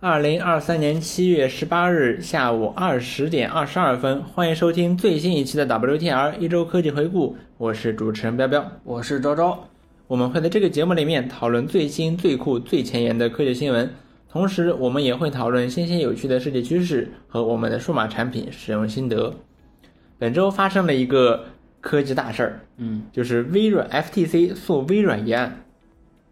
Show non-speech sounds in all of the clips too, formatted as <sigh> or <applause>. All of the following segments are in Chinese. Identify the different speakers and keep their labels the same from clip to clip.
Speaker 1: 二零二三年七月十八日下午二十点二十二分，欢迎收听最新一期的 WTR 一周科技回顾，我是主持人彪彪。
Speaker 2: 我是昭昭。
Speaker 1: 我们会在这个节目里面讨论最新、最酷、最前沿的科技新闻，同时我们也会讨论新鲜有趣的世界趋势和我们的数码产品使用心得。本周发生了一个科技大事儿，
Speaker 2: 嗯，
Speaker 1: 就是微软 FTC 诉微软一案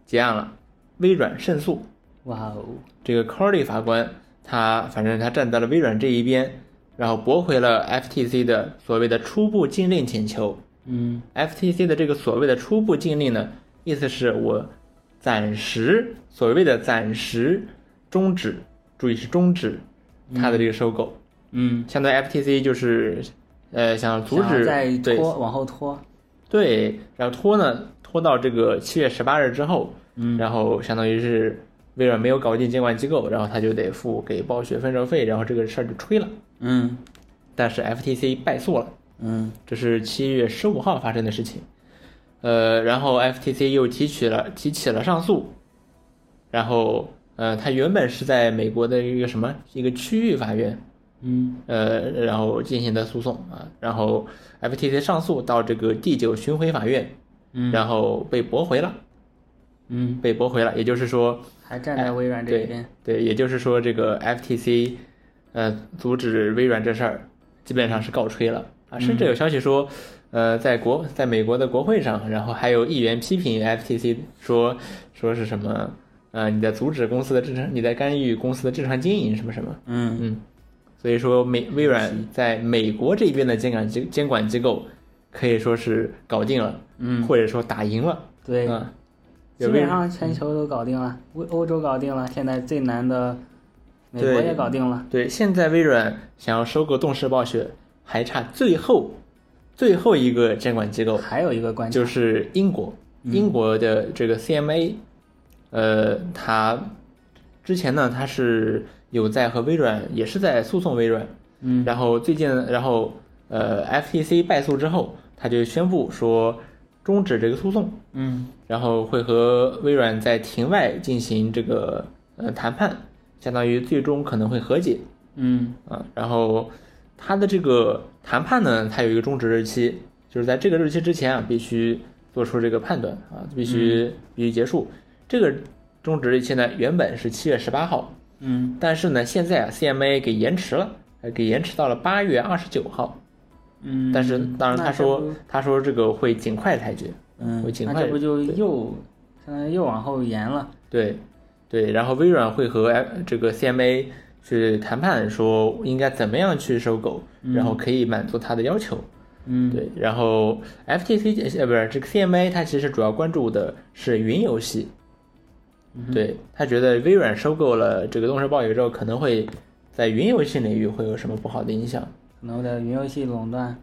Speaker 1: 结案了，微软胜诉。
Speaker 2: 哇哦，
Speaker 1: 这个 Cordy 法官，他反正他站到了微软这一边，然后驳回了 FTC 的所谓的初步禁令请求。
Speaker 2: 嗯
Speaker 1: FTC 的这个所谓的初步禁令呢，意思是我暂时所谓的暂时终止，注意是终止它的这个收购，
Speaker 2: 嗯，
Speaker 1: 相当于 FTC 就是呃想阻
Speaker 2: 想要
Speaker 1: 止
Speaker 2: 再
Speaker 1: 对
Speaker 2: 拖往后拖，
Speaker 1: 对，然后拖呢拖到这个七月十八日之后，嗯，然后相当于是微软没有搞定监管机构，然后他就得付给报学分手费，然后这个事儿就吹了。
Speaker 2: 嗯
Speaker 1: 但是 FTC 败诉了，
Speaker 2: 嗯
Speaker 1: 这是七月十五号发生的事情。呃，然后 FTC 又提取了提起了上诉，然后呃，他原本是在美国的一个什么一个区域法院，
Speaker 2: 嗯
Speaker 1: 呃，然后进行的诉讼啊，然后 FTC 上诉到这个第九巡回法院，
Speaker 2: 嗯
Speaker 1: 然后被驳回了，
Speaker 2: 嗯，
Speaker 1: 被驳回了。也就是说，
Speaker 2: 还站在微软这一边，
Speaker 1: 对，也就是说，这个 FTC，呃，阻止微软这事儿，基本上是告吹了啊。
Speaker 2: 嗯
Speaker 1: 甚至有消息说，呃，在国在美国的国会上，然后还有议员批评 FTC 说说是什么，呃，你在阻止公司的正常，你在干预公司的正常经营什么什么。
Speaker 2: 嗯
Speaker 1: 嗯，所以说美微软在美国这边的监管机监管机构可以说是搞定了，
Speaker 2: 嗯，
Speaker 1: 或者说打赢了，
Speaker 2: 对，
Speaker 1: 嗯，
Speaker 2: 基
Speaker 1: 有微
Speaker 2: 本
Speaker 1: 软
Speaker 2: 上全球都搞定了，欧欧洲搞定了，现在最难的美国
Speaker 1: 对
Speaker 2: 也搞定了，
Speaker 1: 对，现在微软想要收购动视暴雪，还差最后最后一个监管机构，
Speaker 2: 还有一个关键
Speaker 1: 就是英国。
Speaker 2: 嗯
Speaker 1: 英国的这个 CMA，、呃，它之前呢，它是有在和微软，也是在诉讼微软，
Speaker 2: 嗯，
Speaker 1: 然后最近，然后呃，FTC 败诉之后，他就宣布说终止这个诉讼，
Speaker 2: 嗯
Speaker 1: 然后会和微软在庭外进行这个呃谈判，相当于最终可能会和解。
Speaker 2: 嗯
Speaker 1: 啊，然后它的这个谈判呢，它有一个终止日期，就是在这个日期之前啊，必须做出这个判断啊，必
Speaker 2: 嗯
Speaker 1: 须必须结束。这个终止日期呢，原本是七月十八号，
Speaker 2: 嗯
Speaker 1: 但是呢，现在啊 CMA 给延迟了，呃给延迟到了八月二十九号。
Speaker 2: 嗯，
Speaker 1: 但是当然
Speaker 2: 那
Speaker 1: 他
Speaker 2: 这
Speaker 1: 说
Speaker 2: 不
Speaker 1: 他说这个会尽快裁决，
Speaker 2: 嗯
Speaker 1: 会，尽
Speaker 2: 那
Speaker 1: 快
Speaker 2: 这不就
Speaker 1: 对
Speaker 2: 又相当于又往后延了，
Speaker 1: 对对，然后微软会和呃这个 CMA 去谈判，说应该怎么样去收购，然后可以满足他的要求。
Speaker 2: 嗯，
Speaker 1: 对，然后 FTC 呃不是这个 CMA，它其实主要关注的是云游戏，对他觉得微软收购了这个动视暴雪之后，可能会在云游戏领域会有什么不好的影响。
Speaker 2: 可能的云游戏垄断，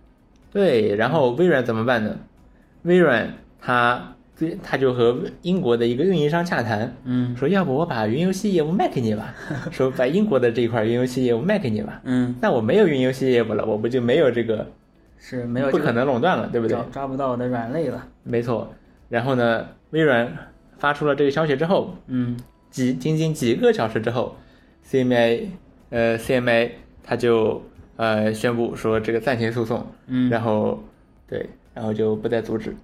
Speaker 1: 对，然后微软怎么办呢？微软它最它就和英国的一个运营商洽谈，
Speaker 2: 嗯
Speaker 1: 说要不我把云游戏业务卖给你
Speaker 2: <laughs>
Speaker 1: 吧，说把英国的这一块云游戏业务卖给你吧。
Speaker 2: 嗯，
Speaker 1: 那我没有云游戏业务了，我不就没有这个
Speaker 2: 是没有
Speaker 1: 不
Speaker 2: 这
Speaker 1: 可
Speaker 2: 个
Speaker 1: 能垄断了，对不对
Speaker 2: 抓？抓不到我的软肋了。
Speaker 1: 没错。然后呢，微软发出了这个消息之后，
Speaker 2: 嗯
Speaker 1: 几仅仅几个小时之后，CMA 呃 CMA 他就呃宣布说这个暂停诉讼，
Speaker 2: 嗯，
Speaker 1: 然后对，然后就不再阻止，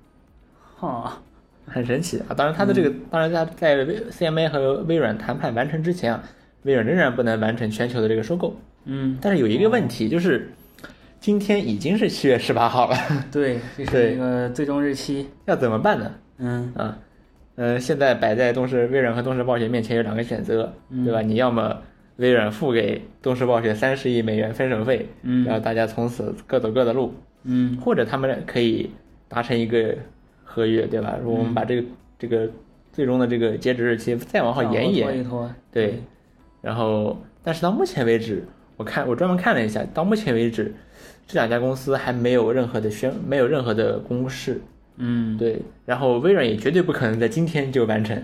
Speaker 2: 哈，
Speaker 1: 很神奇啊！当然，他的这个、
Speaker 2: 嗯
Speaker 1: 当然他在微 CMA 和微软谈判完成之前啊，微软仍然不能完成全球的这个收购，
Speaker 2: 嗯，
Speaker 1: 但是有一个问题就是，今天已经是七月十八号了，
Speaker 2: 对，
Speaker 1: 对
Speaker 2: 这是一个最终日期。
Speaker 1: 要怎么办呢？
Speaker 2: 嗯
Speaker 1: 啊，呃，现在摆在动视微软和动视暴雪面前有两个选择，
Speaker 2: 嗯
Speaker 1: 对吧？你要么微软付给动视暴雪三十亿美元分手费，
Speaker 2: 嗯
Speaker 1: 然后大家从此各走各的路，
Speaker 2: 嗯
Speaker 1: 或者他们可以达成一个合约，对吧？如果我们把这个、这个最终的这个截止日期再往后延一
Speaker 2: 往后拖
Speaker 1: 延，嗯
Speaker 2: 一拖。
Speaker 1: 对，然后但是到目前为止，我看我专门看了一下，到目前为止，这两家公司还没有任何的宣，没有任何的公示，
Speaker 2: 嗯
Speaker 1: 对，然后微软也绝对不可能在今天就完成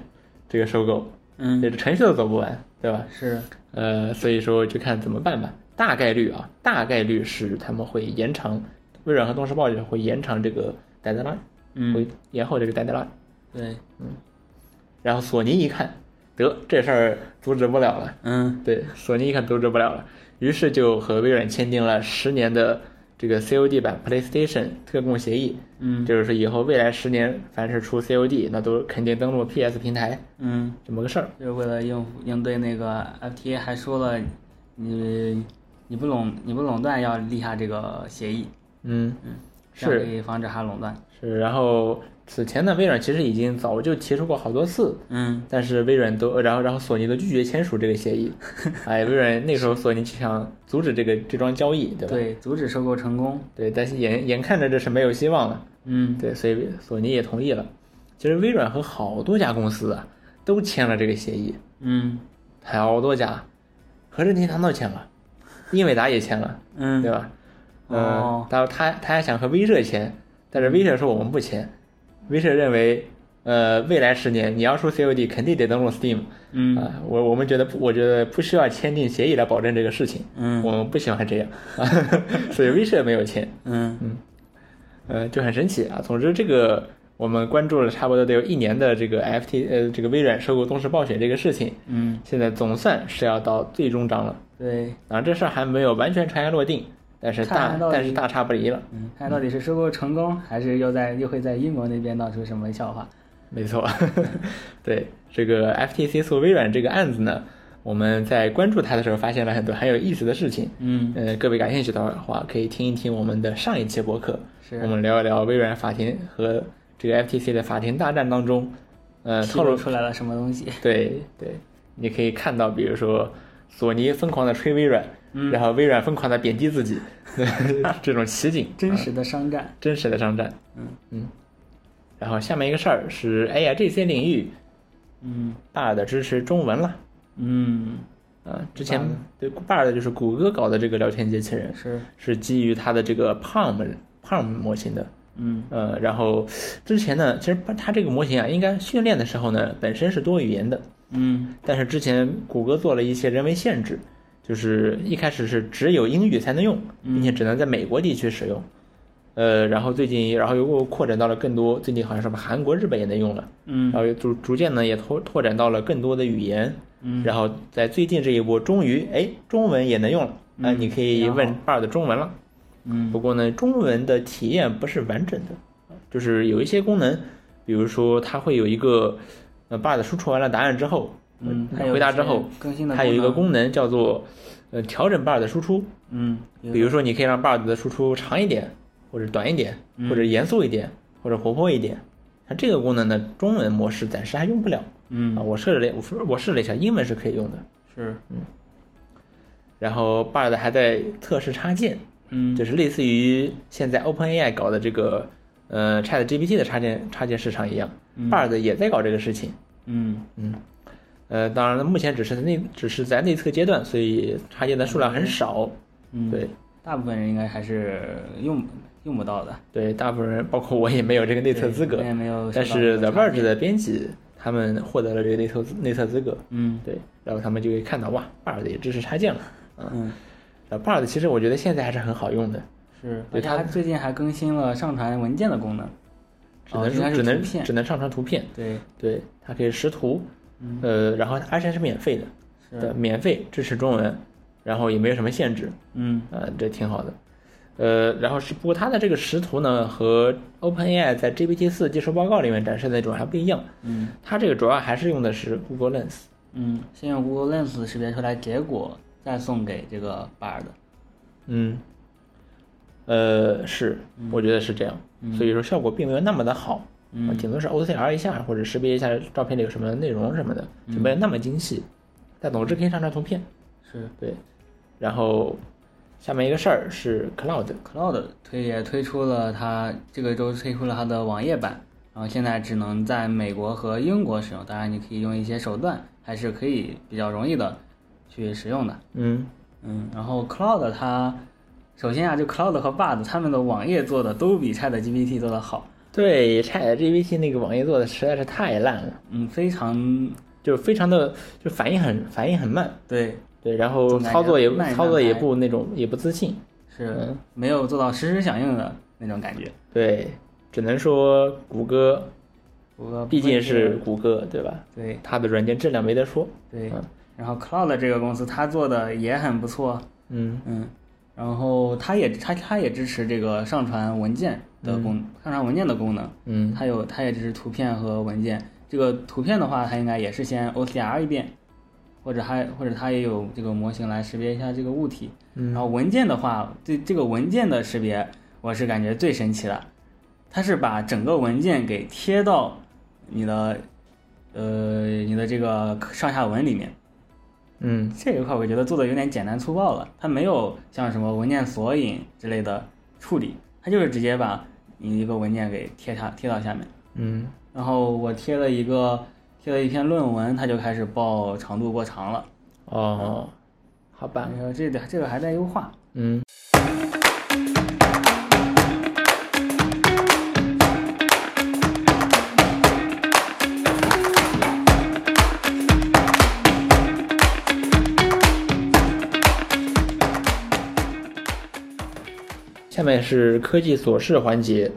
Speaker 1: 这个收购，
Speaker 2: 嗯，
Speaker 1: 这程序都走不完，对吧？
Speaker 2: 是
Speaker 1: 呃，所以说就看怎么办吧。大概率啊，大概率是他们会延长，微软和动视暴雪会延长这个 deadline，、
Speaker 2: 嗯
Speaker 1: 会延后这个 deadline。
Speaker 2: 对，
Speaker 1: 然后索尼一看，得这事儿阻止不了了。
Speaker 2: 嗯
Speaker 1: 对，索尼一看阻止不了了，于是就和微软签订了十年的这个 COD 版 PlayStation 特供协议，
Speaker 2: 嗯
Speaker 1: 就是说以后未来十年凡是出 COD，那都肯定登陆 PS 平台
Speaker 2: 嗯，
Speaker 1: 这么个事儿。
Speaker 2: 就是为了应付应对那个 FTA，还说了你你不垄你不垄断要立下这个协议，
Speaker 1: 嗯，
Speaker 2: 这样
Speaker 1: 是
Speaker 2: 可以防止它垄断。
Speaker 1: 是。然后此前呢，微软其实已经早就提出过好多次，
Speaker 2: 嗯
Speaker 1: 但是微软都，呃然后然后索尼都拒绝签署这个协议。 <laughs> 哎，微软那时候索尼就想阻止这个这桩交易，对吧？
Speaker 2: 对，阻止收购成功。
Speaker 1: 对，但是眼眼看着这是没有希望了。
Speaker 2: 嗯
Speaker 1: 对，所以索尼也同意了。其实微软和好多家公司啊都签了这个协议，
Speaker 2: 嗯
Speaker 1: 好多家，和任天堂都签了，英伟达也签了，
Speaker 2: 嗯，
Speaker 1: 对吧？
Speaker 2: 哦
Speaker 1: 嗯，然后他他还想和威社签，但是威社说我们不签，威社认为，呃，未来十年你要出 COD 肯定得登录 Steam，
Speaker 2: 嗯
Speaker 1: 啊、我我们觉得不我觉得不需要签订协议来保证这个事情，
Speaker 2: 嗯
Speaker 1: 我们不喜欢这样， <laughs> 啊、所以威社没有签，
Speaker 2: 嗯
Speaker 1: 呃，就很神奇啊。总之，这个我们关注了差不多得有一年的这个 FT 呃这个微软收购东视暴雪这个事情，
Speaker 2: 嗯，
Speaker 1: 现在总算是要到最终章了。
Speaker 2: 对，
Speaker 1: 啊，这事儿还没有完全尘埃落定，但是
Speaker 2: 看
Speaker 1: 大
Speaker 2: 来到底
Speaker 1: 但是大差不离了，
Speaker 2: 嗯，看到底是收购成功，还是又在又会在英国那边闹出什么笑话？
Speaker 1: 没错。 <laughs> 对这个 FTC 诉微软这个案子呢，我们在关注它的时候发现了很多很有意思的事情。
Speaker 2: 嗯
Speaker 1: 呃，各位感兴趣的话，可以听一听我们的上一期博客，
Speaker 2: 是啊
Speaker 1: 我们聊一聊微软法庭和这个 FTC 的法庭大战当中，呃，
Speaker 2: 披
Speaker 1: 透
Speaker 2: 露
Speaker 1: 露
Speaker 2: 出来了什么东西？
Speaker 1: 对对，你可以看到，比如说索尼疯狂的吹微软，
Speaker 2: 嗯
Speaker 1: 然后微软疯狂的贬低自
Speaker 2: <laughs>
Speaker 1: 己，这种奇景，
Speaker 2: 真
Speaker 1: 啊
Speaker 2: 实的商战。
Speaker 1: 真实的商战。
Speaker 2: 嗯
Speaker 1: 嗯。然后下面一个事儿是哎 AIGC 领域
Speaker 2: 嗯
Speaker 1: 大尔的支持中文了。
Speaker 2: 嗯，
Speaker 1: 啊，之前对巴尔的就是谷歌搞的这个聊天机器人，
Speaker 2: 是
Speaker 1: 是基于它的这个 Palm Palm 模型的。
Speaker 2: 嗯
Speaker 1: 呃，然后之前呢，其实它这个模型啊，应该训练的时候呢，本身是多语言的，
Speaker 2: 嗯
Speaker 1: 但是之前谷歌做了一些人为限制，就是一开始是只有英语才能用，
Speaker 2: 嗯
Speaker 1: 并且只能在美国地区使用。呃，然后最近，然后又扩展到了更多，最近好像什么韩国、日本也能用了，然
Speaker 2: 嗯
Speaker 1: 后又逐逐渐呢也拓拓展到了更多的语言，
Speaker 2: 嗯，
Speaker 1: 然后在最近这一波，终于哎中文也能用了，啊、
Speaker 2: 嗯
Speaker 1: 你可以
Speaker 2: 挺好
Speaker 1: 问 Bard 中文了。
Speaker 2: 嗯
Speaker 1: 不过呢，中文的体验不是完整的，就是有一些功能，比如说它会有一个，呃，Bard 输出完了答案之后，
Speaker 2: 嗯，还有
Speaker 1: 回答
Speaker 2: 一
Speaker 1: 之
Speaker 2: 些
Speaker 1: 后，
Speaker 2: 更新的
Speaker 1: 它有一个
Speaker 2: 能
Speaker 1: 功能叫做，呃，调整 Bard 的输出，
Speaker 2: 嗯，有
Speaker 1: 比如说你可以让 Bard 的输出长一点，或者短一点，
Speaker 2: 嗯
Speaker 1: 或者严肃一点，或者活泼一点。它这个功能呢，中文模式暂时还用不了啊。
Speaker 2: 嗯
Speaker 1: 我试了一，我说我试了一下，英文是可以用的。
Speaker 2: 是
Speaker 1: 然后 Bard 还在测试插件，
Speaker 2: 嗯
Speaker 1: 就是类似于现在 OpenAI 搞的这个呃 ChatGPT 的插件插件市场一样、
Speaker 2: 嗯
Speaker 1: b a r d 也在搞这个事情。
Speaker 2: 嗯
Speaker 1: 嗯，呃，当然了，目前只是内只是在内测阶段，所以插件的数量很少。
Speaker 2: 嗯，
Speaker 1: 对
Speaker 2: 大部分人应该还是用用不到的
Speaker 1: 对，大部分人包括我也没有这个内测资格
Speaker 2: 对我也，没有收到
Speaker 1: 但是
Speaker 2: 这
Speaker 1: The
Speaker 2: 个插
Speaker 1: Verge
Speaker 2: 件
Speaker 1: 的编辑他们获得了这个内测内测资格，
Speaker 2: 嗯
Speaker 1: 对，然后他们就会看到哇，Bard 也支持插件了。
Speaker 2: 嗯
Speaker 1: 呃，Bard 其实我觉得现在还是很好用的，
Speaker 2: 是，
Speaker 1: 对
Speaker 2: 而且它
Speaker 1: 它
Speaker 2: 最近还更新了上传文件的功能，
Speaker 1: 只
Speaker 2: 哦
Speaker 1: 能、
Speaker 2: 应该
Speaker 1: 只
Speaker 2: 是
Speaker 1: 能
Speaker 2: 图片
Speaker 1: 只能上传图片，
Speaker 2: 对
Speaker 1: 对，它可以识图，呃，然后而且是免费的，对，
Speaker 2: 嗯是
Speaker 1: 免费支持中文，然后也没有什么限制，
Speaker 2: 嗯
Speaker 1: 呃，这挺好的。呃，然后是不过它的这个识图呢，和 OpenAI 在 GPT 四技术报告里面展示的那种还不一样，
Speaker 2: 嗯
Speaker 1: 它这个主要还是用的是 Google Lens，
Speaker 2: 嗯，先用 Google Lens 识别出来结果，再送给这个 Bard。
Speaker 1: 嗯，呃，是，我觉得是这样，所以说效果并没有那么的好，
Speaker 2: 嗯
Speaker 1: 啊顶多是 OCR 一下或者识别一下照片里有什么内容什么的，就没有那么精细，但总之可以上传图片。
Speaker 2: 是
Speaker 1: 对，然后下面一个事儿是 Cloud，
Speaker 2: Cloud 推也推出了它这个周推出了它的网页版，然后现在只能在美国和英国使用。当然，你可以用一些手段，还是可以比较容易的去使用的。
Speaker 1: 嗯，
Speaker 2: 嗯，然后 Cloud 它首先啊，就 Cloud 和 Bard 他们的网页做的都比 Chat GPT 做的好，
Speaker 1: 对，ChatGPT 那个网页做的实在是太烂了，
Speaker 2: 嗯，非常
Speaker 1: 就非常的就反应很反应很慢，
Speaker 2: 对，
Speaker 1: 对，然后
Speaker 2: 总感觉
Speaker 1: 操作也
Speaker 2: 慢一慢
Speaker 1: 操作也
Speaker 2: 拍
Speaker 1: 不那种也不自信，
Speaker 2: 是
Speaker 1: 嗯
Speaker 2: 没有做到实时响应的那种感觉。
Speaker 1: 对，只能说谷歌
Speaker 2: 谷歌
Speaker 1: 毕竟
Speaker 2: 呃不
Speaker 1: 是
Speaker 2: 会
Speaker 1: 谷歌，对吧？
Speaker 2: 对
Speaker 1: 它的软件质量没得说。
Speaker 2: 对
Speaker 1: 嗯，
Speaker 2: 然后 Cloud 这个公司它做的也很不错，
Speaker 1: 嗯
Speaker 2: 嗯，然后它也它它也支持这个上传文件的功、上传文件的功能，
Speaker 1: 嗯
Speaker 2: 它有它也支持图片和文件。这个图片的话，它应该也是先 OCR 一遍，或者还或者它也有这个模型来识别一下这个物体。然
Speaker 1: 嗯
Speaker 2: 后文件的话，对这个文件的识别，我是感觉最神奇的，它是把整个文件给贴到你的呃你的这个上下文里面。
Speaker 1: 嗯
Speaker 2: 这一块我觉得做的有点简单粗暴了，它没有像什么文件索引之类的处理，它就是直接把你一个文件给贴下贴到下面。
Speaker 1: 嗯
Speaker 2: 然后我贴了一个贴了一篇论文，它就开始报长度过长了。
Speaker 1: 哦，好吧，
Speaker 2: 你说这个这个还在优化，
Speaker 1: 嗯下面是科技琐事环节，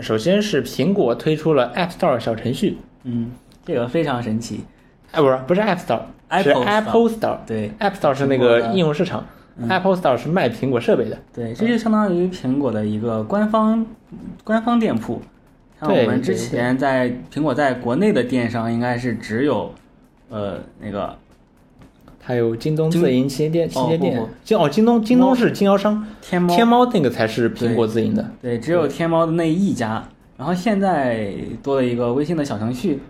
Speaker 1: 首先是苹果推出了 App Store 小程序，
Speaker 2: 嗯，这个非常神奇。
Speaker 1: 哎，不是不是 App Store，是
Speaker 2: 啊 Apple Store
Speaker 1: Apple Store。
Speaker 2: 对
Speaker 1: App Store 是那
Speaker 2: 苹果
Speaker 1: 个
Speaker 2: 的
Speaker 1: 应用市场、a p p l e Store 是卖苹果设备的。
Speaker 2: 对，这就相当于苹果的一个官方官方店铺。像
Speaker 1: 对
Speaker 2: 我们
Speaker 1: 对
Speaker 2: 之
Speaker 1: 对
Speaker 2: 前在苹果在国内的电商应该是只有呃那个
Speaker 1: 还有京东自营旗舰店，旗
Speaker 2: 哦
Speaker 1: 舰
Speaker 2: 不
Speaker 1: 店
Speaker 2: 不
Speaker 1: 京哦，京东京东是经销商，
Speaker 2: 天猫
Speaker 1: 天猫那个才是苹果自营的。
Speaker 2: 对，只有天猫的那一家。然后现在多了一个微信的小程序，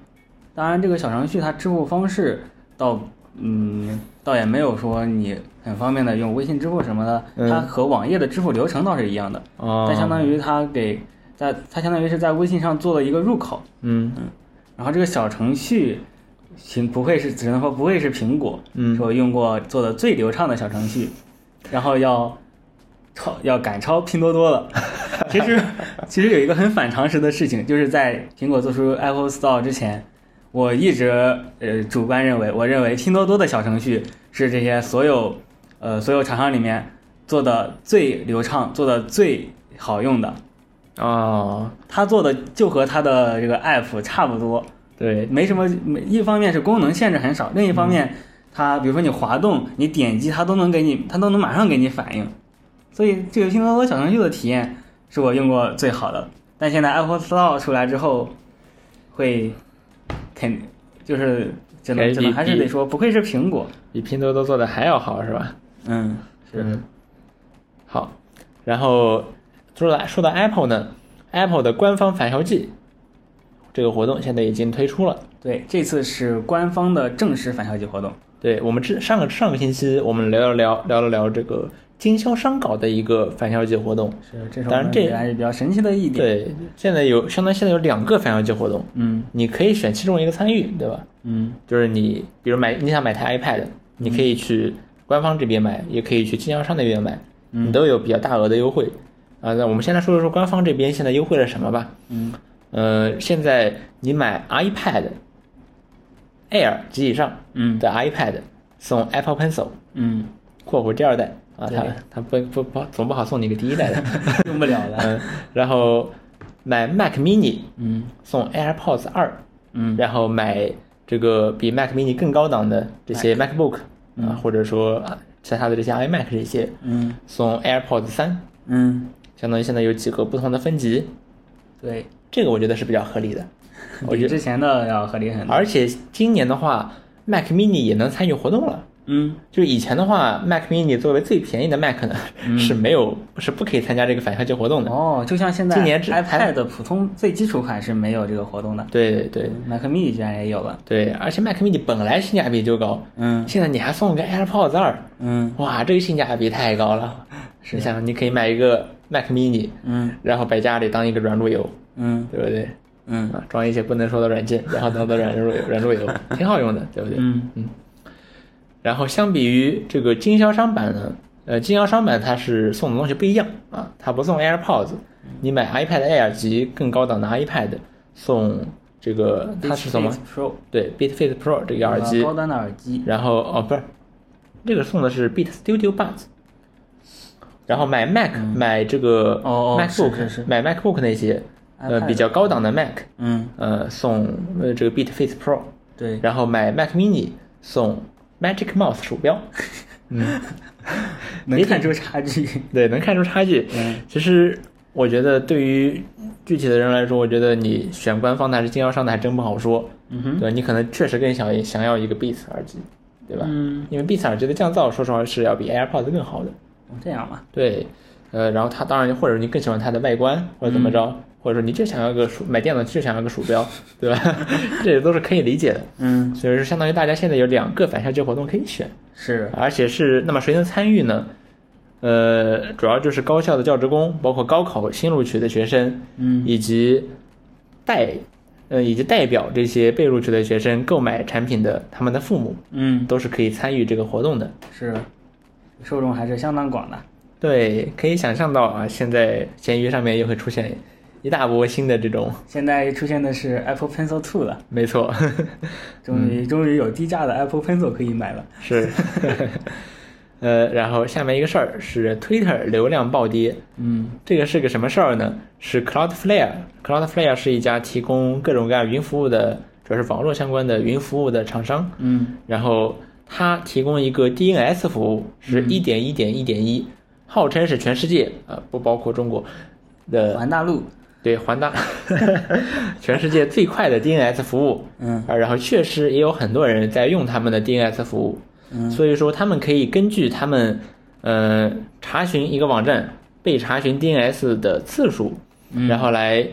Speaker 2: 当然这个小程序它支付方式倒嗯倒也没有说你很方便的用微信支付什么的，
Speaker 1: 嗯
Speaker 2: 它和网页的支付流程倒是一样的，
Speaker 1: 哦，
Speaker 2: 但相当于它给在它相当于是在微信上做了一个入口，
Speaker 1: 嗯
Speaker 2: 然后这个小程序。行，不愧是只能说不愧是苹果，
Speaker 1: 嗯
Speaker 2: 是我用过做的最流畅的小程序，然后要超要赶超拼多多了。其实其实有一个很反常识的事情，就是在苹果做出 Apple Store 之前，我一直呃主观认为，我认为拼多多的小程序是这些所有呃所有厂商里面做的最流畅、做的最好用的。
Speaker 1: 哦，
Speaker 2: 它做的就和它的这个 app 差不多，
Speaker 1: 对，
Speaker 2: 没什么，没一方面是功能限制很少，另一
Speaker 1: 嗯
Speaker 2: 方面，它比如说你滑动、你点击，它都能给你，它都能马上给你反应。所以这个拼多多小程序的体验是我用过最好的。但现在 Apple Store 出来之后，会肯就是只
Speaker 1: 感
Speaker 2: 能
Speaker 1: 觉
Speaker 2: 只能
Speaker 1: 比
Speaker 2: 还是得说，不愧是苹果。
Speaker 1: 比拼多多做的还要好是吧？
Speaker 2: 嗯，是
Speaker 1: 嗯，好，然后说到说到 Apple 呢，Apple 的官方返校季这个活动现在已经推出了。
Speaker 2: 对，这次是官方的正式返校季活动。
Speaker 1: 对我们之上个上个星期我们聊了聊聊了聊这个经销商搞的一个返校季活动，
Speaker 2: 是，这是我
Speaker 1: 当然
Speaker 2: 们
Speaker 1: 这
Speaker 2: 觉得还是比较神奇的一点。，
Speaker 1: 对，现在有相当于现在有两个返校季活动，
Speaker 2: 嗯
Speaker 1: 你可以选其中一个参与，对吧？
Speaker 2: 嗯，
Speaker 1: 就是你比如买你想买台 iPad，你可以去官方这边买，也可以去经销商那边买，
Speaker 2: 嗯
Speaker 1: 你都有比较大额的优惠。啊，那我们先来说说官方这边现在优惠了什么吧。
Speaker 2: 嗯，
Speaker 1: 呃，现在你买 iPad Air 及以上
Speaker 2: 嗯
Speaker 1: 的 iPad 送 Apple Pencil
Speaker 2: 嗯，
Speaker 1: （括弧第二代）啊，
Speaker 2: 对
Speaker 1: 它它不不不总不好送你个第一
Speaker 2: <laughs>
Speaker 1: 代的。
Speaker 2: 用不了了。
Speaker 1: <laughs> 嗯，然后买 Mac Mini
Speaker 2: 嗯
Speaker 1: 送 AirPods 二，
Speaker 2: 嗯
Speaker 1: 然后买这个比 Mac Mini 更高档的这些 MacBook 啊，或者说啊其他的这些 iMac 这些，
Speaker 2: 嗯
Speaker 1: 送 AirPods 三，
Speaker 2: 嗯。
Speaker 1: 相当于现在有几个不同的分级，
Speaker 2: 对，
Speaker 1: 这个我觉得是比较合
Speaker 2: <laughs>
Speaker 1: 理的。我
Speaker 2: 比
Speaker 1: 觉得，
Speaker 2: 之前的要合理很多。
Speaker 1: 而且今年的话，Mac Mini 也能参与活动了。
Speaker 2: 嗯，
Speaker 1: 就是以前的话，Mac Mini 作为最便宜的 Mac 呢，是没有是不可以参加这个返校季活动的。
Speaker 2: 嗯哦，就像现在
Speaker 1: 今年只
Speaker 2: iPad 的普通最基础款是没有这个活动的
Speaker 1: 对对
Speaker 2: ，Mac mini 居然也有了。
Speaker 1: 对，而且 Mac Mini 本来性价比就高，
Speaker 2: 嗯
Speaker 1: 现在你还送个 AirPods 二，
Speaker 2: 嗯
Speaker 1: 哇，这个性价比太高了。
Speaker 2: 是
Speaker 1: 你想，你可以买一个 Mac Mini，
Speaker 2: 嗯
Speaker 1: 然后摆家里当一个软路由，
Speaker 2: 嗯
Speaker 1: 对不对？
Speaker 2: 嗯
Speaker 1: 啊，装一些不能说的软件，然后当做软路由，软路由挺好用的，对不对？
Speaker 2: 嗯
Speaker 1: 然后相比于这个经销商版呢，呃，经销商版它是送的东西不一样啊，它不送 AirPods，你买 iPad Air 及更高档的 iPad 送这个它是什么
Speaker 2: Beats？？Pro 呃
Speaker 1: 对，Beat Fit Pro 这个耳机，
Speaker 2: 高端的耳机。
Speaker 1: 然后哦不是，这个送的是 Beat Studio Buds，然后买 Mac、买这个
Speaker 2: 哦哦
Speaker 1: MacBook
Speaker 2: 哦是是是
Speaker 1: 买 MacBook 那些呃比较高档的 Mac，
Speaker 2: 嗯，
Speaker 1: 呃送呃这个 Beat Face Pro，
Speaker 2: 对，
Speaker 1: 然后买 Mac Mini 送 Magic Mouse 鼠标，
Speaker 2: 能看出差距。
Speaker 1: 对，能看出差距。
Speaker 2: <laughs> 嗯
Speaker 1: 其实我觉得对于具体的人来说，我觉得你选官方的还是经销商的还真不好说，
Speaker 2: 嗯哼，
Speaker 1: 对你可能确实更想想要一个 Beats 耳机，对吧？
Speaker 2: 嗯，
Speaker 1: 因为 Beats 耳机的降噪，说实话是要比 AirPods 更好的。
Speaker 2: 哦这样吧，
Speaker 1: 对，呃，然后它当然或者你更喜欢它的外观或者怎么着，
Speaker 2: 嗯
Speaker 1: 或者说你就想要个鼠买电脑就想要个鼠标，对吧？ <laughs> 这也都是可以理解的。
Speaker 2: 嗯，
Speaker 1: 所以说，相当于大家现在有两个返校季活动可以选，
Speaker 2: 是，
Speaker 1: 而且是那么谁能参与呢？呃，主要就是高校的教职工，包括高考新录取的学生，
Speaker 2: 嗯
Speaker 1: 以及代呃以及代表这些被录取的学生购买产品的他们的父母，
Speaker 2: 嗯，
Speaker 1: 都是可以参与这个活动的。
Speaker 2: 是，受众还是相当广的。
Speaker 1: 对，可以想象到啊，现在闲鱼上面又会出现一大波新的这种，
Speaker 2: 现在出现的是 Apple Pencil 2了，
Speaker 1: 没错，
Speaker 2: 终于、终于有低价的 Apple Pencil 可以买了。
Speaker 1: 是， <laughs> 呃，然后下面一个事儿是 Twitter 流量暴跌，
Speaker 2: 嗯
Speaker 1: 这个是个什么事儿呢？是 Cloudflare，Cloudflare 是一家提供各种各样云服务的，主要是网络相关的云服务的厂商。
Speaker 2: 嗯
Speaker 1: 然后它提供一个 DNS 服务，是一点一点一点一，号称是全世界呃不包括中国的
Speaker 2: 环大陆，
Speaker 1: 对环大 <laughs> 全世界最快的 DNS 服务。
Speaker 2: 嗯
Speaker 1: 啊，然后确实也有很多人在用他们的 DNS 服务，
Speaker 2: 嗯
Speaker 1: 所以说他们可以根据他们呃查询一个网站被查询 DNS 的次数，
Speaker 2: 嗯
Speaker 1: 然后来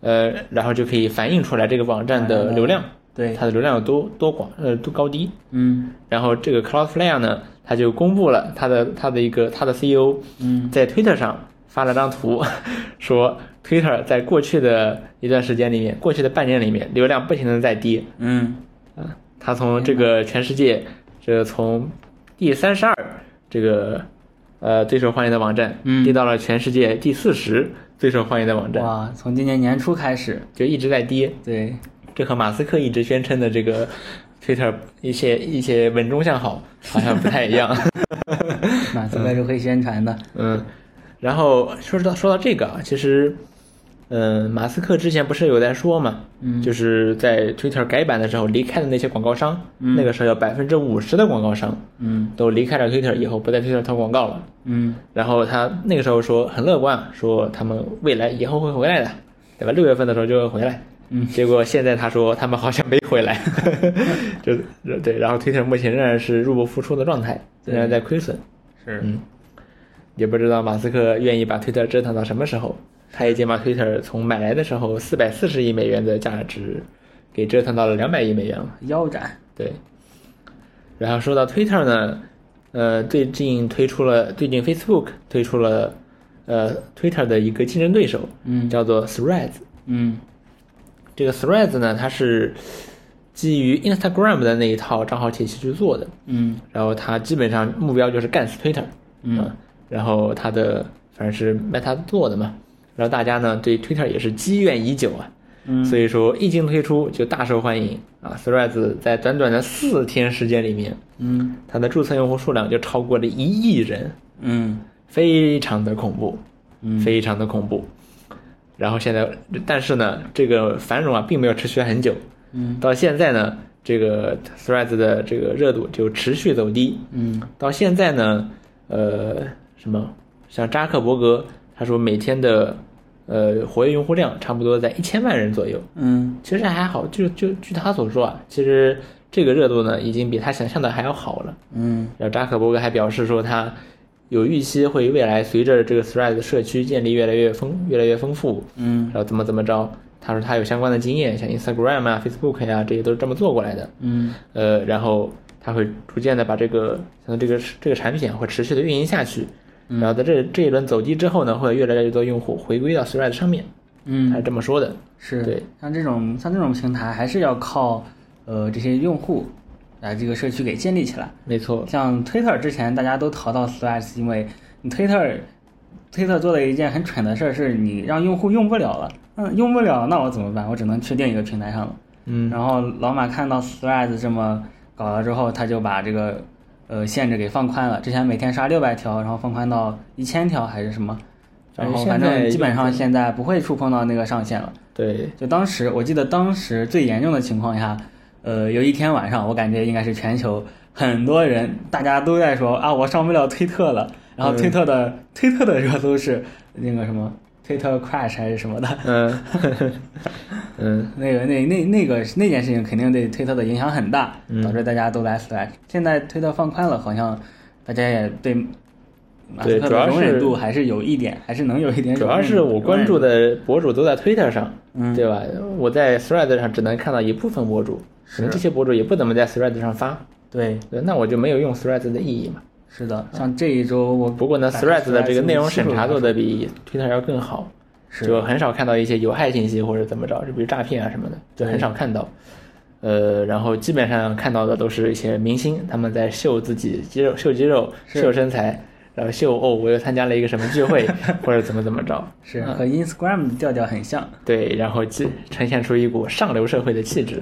Speaker 1: 呃，然后就可以反映出来这个网站的流量，
Speaker 2: 对，
Speaker 1: 它的流量有多多广呃多高低。
Speaker 2: 嗯
Speaker 1: 然后这个 Cloudflare 呢，它就公布了它的它的一个它的 CEO
Speaker 2: 嗯
Speaker 1: 在 Twitter 上发了张图， <laughs> 说 Twitter 在过去的一段时间里面，过去的半年里面，流量不停的在跌。
Speaker 2: 嗯，
Speaker 1: 啊，他从这个全世界，这个从第三十二这个呃最受欢迎的网站，
Speaker 2: 嗯
Speaker 1: 跌到了全世界第四十最受欢迎的网站，
Speaker 2: 哇，从今年年初开始，
Speaker 1: 就一直在跌。 <laughs>
Speaker 2: 对，
Speaker 1: 这和马斯克一直宣称的这个 Twitter 一些一些稳中向好好像不太一样。
Speaker 2: 马斯克是会宣传的。
Speaker 1: 嗯，然后说到说到这个啊，其实，嗯、马斯克之前不是有在说嘛，
Speaker 2: 嗯
Speaker 1: 就是在 Twitter 改版的时候离开的那些广告商，
Speaker 2: 嗯
Speaker 1: 那个时候有百分之五十的广告商
Speaker 2: 嗯
Speaker 1: 都离开了 Twitter 以后不在 Twitter 投广告了。
Speaker 2: 嗯
Speaker 1: 然后他那个时候说很乐观啊，说他们未来以后会回来的，对吧？六月份的时候就会回来。
Speaker 2: 嗯
Speaker 1: 结果现在他说他们好像没回来， <laughs> 就对。然后 Twitter 目前仍然是入不敷出的状态，仍然在亏损。
Speaker 2: 是，
Speaker 1: 嗯，也不知道马斯克愿意把推特折腾到什么时候。他已经把推特从买来的时候四百四十亿美元的价值，给折腾到了两百亿美元了。
Speaker 2: 嗯腰斩。
Speaker 1: 对。然后说到 Twitter 呢，呃，最近推出了，最近 Facebook 推出了，呃，Twitter 的一个竞争对手，
Speaker 2: 嗯
Speaker 1: 叫做 Threads。
Speaker 2: 嗯
Speaker 1: 这个 Threads 呢，它是基于 Instagram 的那一套账号体系去做的。
Speaker 2: 嗯
Speaker 1: 然后它基本上目标就是干死 Twitter，
Speaker 2: 嗯
Speaker 1: 啊然后它的反正是 Meta 做的嘛，然后大家呢对 Twitter 也是积怨已久啊，
Speaker 2: 嗯
Speaker 1: 所以说一经推出就大受欢迎啊，Threads 在短短的四天时间里面，
Speaker 2: 嗯
Speaker 1: 它的注册用户数量就超过了一亿人，
Speaker 2: 嗯
Speaker 1: 非常的恐怖，
Speaker 2: 嗯
Speaker 1: 非常的恐怖。然后现在，但是呢，这个繁荣啊，并没有持续很久。
Speaker 2: 嗯
Speaker 1: 到现在呢，这个 Threads 的这个热度就持续走低。
Speaker 2: 嗯
Speaker 1: 到现在呢，呃，什么像扎克伯格，他说每天的呃活跃用户量差不多在一千万人左右，
Speaker 2: 嗯
Speaker 1: 其实还好，就就据他所说啊，其实这个热度呢已经比他想象的还要好了。
Speaker 2: 嗯
Speaker 1: 然后扎克伯格还表示说，他有预期会未来随着这个 Threads 社区建立越来越丰越来越丰富，
Speaker 2: 嗯
Speaker 1: 然后怎么怎么着，他说他有相关的经验，像 Instagram 啊、Facebook 呀、这些都是这么做过来的。
Speaker 2: 嗯
Speaker 1: 呃，然后它会逐渐的把这个像这个这个产品啊会持续的运营下去，
Speaker 2: 嗯
Speaker 1: 然后在这这一轮走低之后呢，会有越来越多用户回归到 Thread 上面，他是
Speaker 2: 嗯，
Speaker 1: 这么说的。
Speaker 2: 是。
Speaker 1: 对，
Speaker 2: 像这种像这种平台，还是要靠呃这些用户把这个社区给建立起来。
Speaker 1: 没错，
Speaker 2: 像 Twitter 之前大家都逃到 Threads，因为你 Twitter Twitter 做了一件很蠢的事儿，是你让用户用不了了。嗯，用不了，那我怎么办？我只能去另一个平台上了。
Speaker 1: 嗯，
Speaker 2: 然后老马看到 Threads 这么搞了之后，他就把这个呃限制给放宽了。之前每天刷六百条，然后放宽到一千条还是什么？然
Speaker 1: 正
Speaker 2: 后
Speaker 1: 现
Speaker 2: 反
Speaker 1: 在
Speaker 2: 正基本
Speaker 1: 用
Speaker 2: 上
Speaker 1: 户
Speaker 2: 现在不会触碰到那个上限了。
Speaker 1: 对
Speaker 2: 就当时我记得当时最严重的情况下，呃，有一天晚上，我感觉应该是全球很多人大家都在说啊，我上不了推特了。然后
Speaker 1: 嗯
Speaker 2: 推特的、推特的热搜是那个什么推特 crash 还是什么的， <laughs>
Speaker 1: 嗯嗯
Speaker 2: 那个那那那个那件事情肯定对推特的影响很大，
Speaker 1: 嗯
Speaker 2: 导致大家都来 Slack。现在推特放宽了，好像大家也对马斯
Speaker 1: 对
Speaker 2: 克
Speaker 1: 主
Speaker 2: 的
Speaker 1: 要
Speaker 2: 容忍
Speaker 1: 是
Speaker 2: 度还是有一点，还是能有一点
Speaker 1: 主
Speaker 2: 容忍。
Speaker 1: 要是我关注
Speaker 2: 容忍
Speaker 1: 的博主都在 Twitter 上，
Speaker 2: 嗯
Speaker 1: 对吧？我在 Thread 上只能看到一部分博主，可能
Speaker 2: 是
Speaker 1: 这些博主也不怎么在 Thread 上发，
Speaker 2: 对，
Speaker 1: 对，那我就没有用 Threads 的意义嘛。
Speaker 2: 是的，像这一周我
Speaker 1: 嗯不过呢
Speaker 2: 百分之
Speaker 1: ，Threads 的这个内容审查
Speaker 2: 45%
Speaker 1: 做的比 Twitter 要更好，
Speaker 2: 是
Speaker 1: 就很少看到一些有害信息或者怎么着，就比如诈骗啊什么的，就
Speaker 2: 对
Speaker 1: 很少看到。呃，然后基本上看到的都是一些明星，他们在秀自己肌肉、秀肌肉、
Speaker 2: 是
Speaker 1: 秀身材，然后秀哦，我又参加了一个什么聚
Speaker 2: <laughs>
Speaker 1: 会，或者怎么怎么着。
Speaker 2: 是
Speaker 1: 嗯
Speaker 2: 和 Instagram 的调调很像。
Speaker 1: 对，然后既呈现出一股上流社会的
Speaker 2: <laughs>
Speaker 1: 气质，